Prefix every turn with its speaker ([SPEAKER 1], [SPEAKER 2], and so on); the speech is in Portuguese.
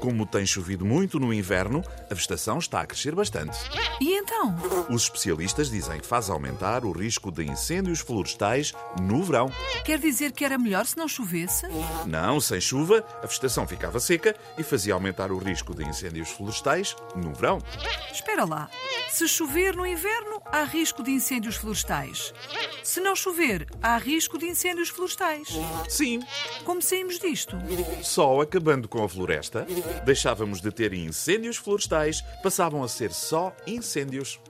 [SPEAKER 1] Como tem chovido muito no inverno, a vegetação está a crescer bastante.
[SPEAKER 2] E então?
[SPEAKER 1] Os especialistas dizem que faz aumentar o risco de incêndios florestais no verão.
[SPEAKER 2] Quer dizer que era melhor se não chovesse?
[SPEAKER 1] Não, sem chuva, a vegetação ficava seca e fazia aumentar o risco de incêndios florestais no verão.
[SPEAKER 2] Espera lá. Se chover no inverno, há risco de incêndios florestais. Se não chover, há risco de incêndios florestais.
[SPEAKER 1] Sim,
[SPEAKER 2] Como saímos disto?
[SPEAKER 1] só acabando com a floresta, deixávamos de ter incêndios florestais, passavam a ser só incêndios.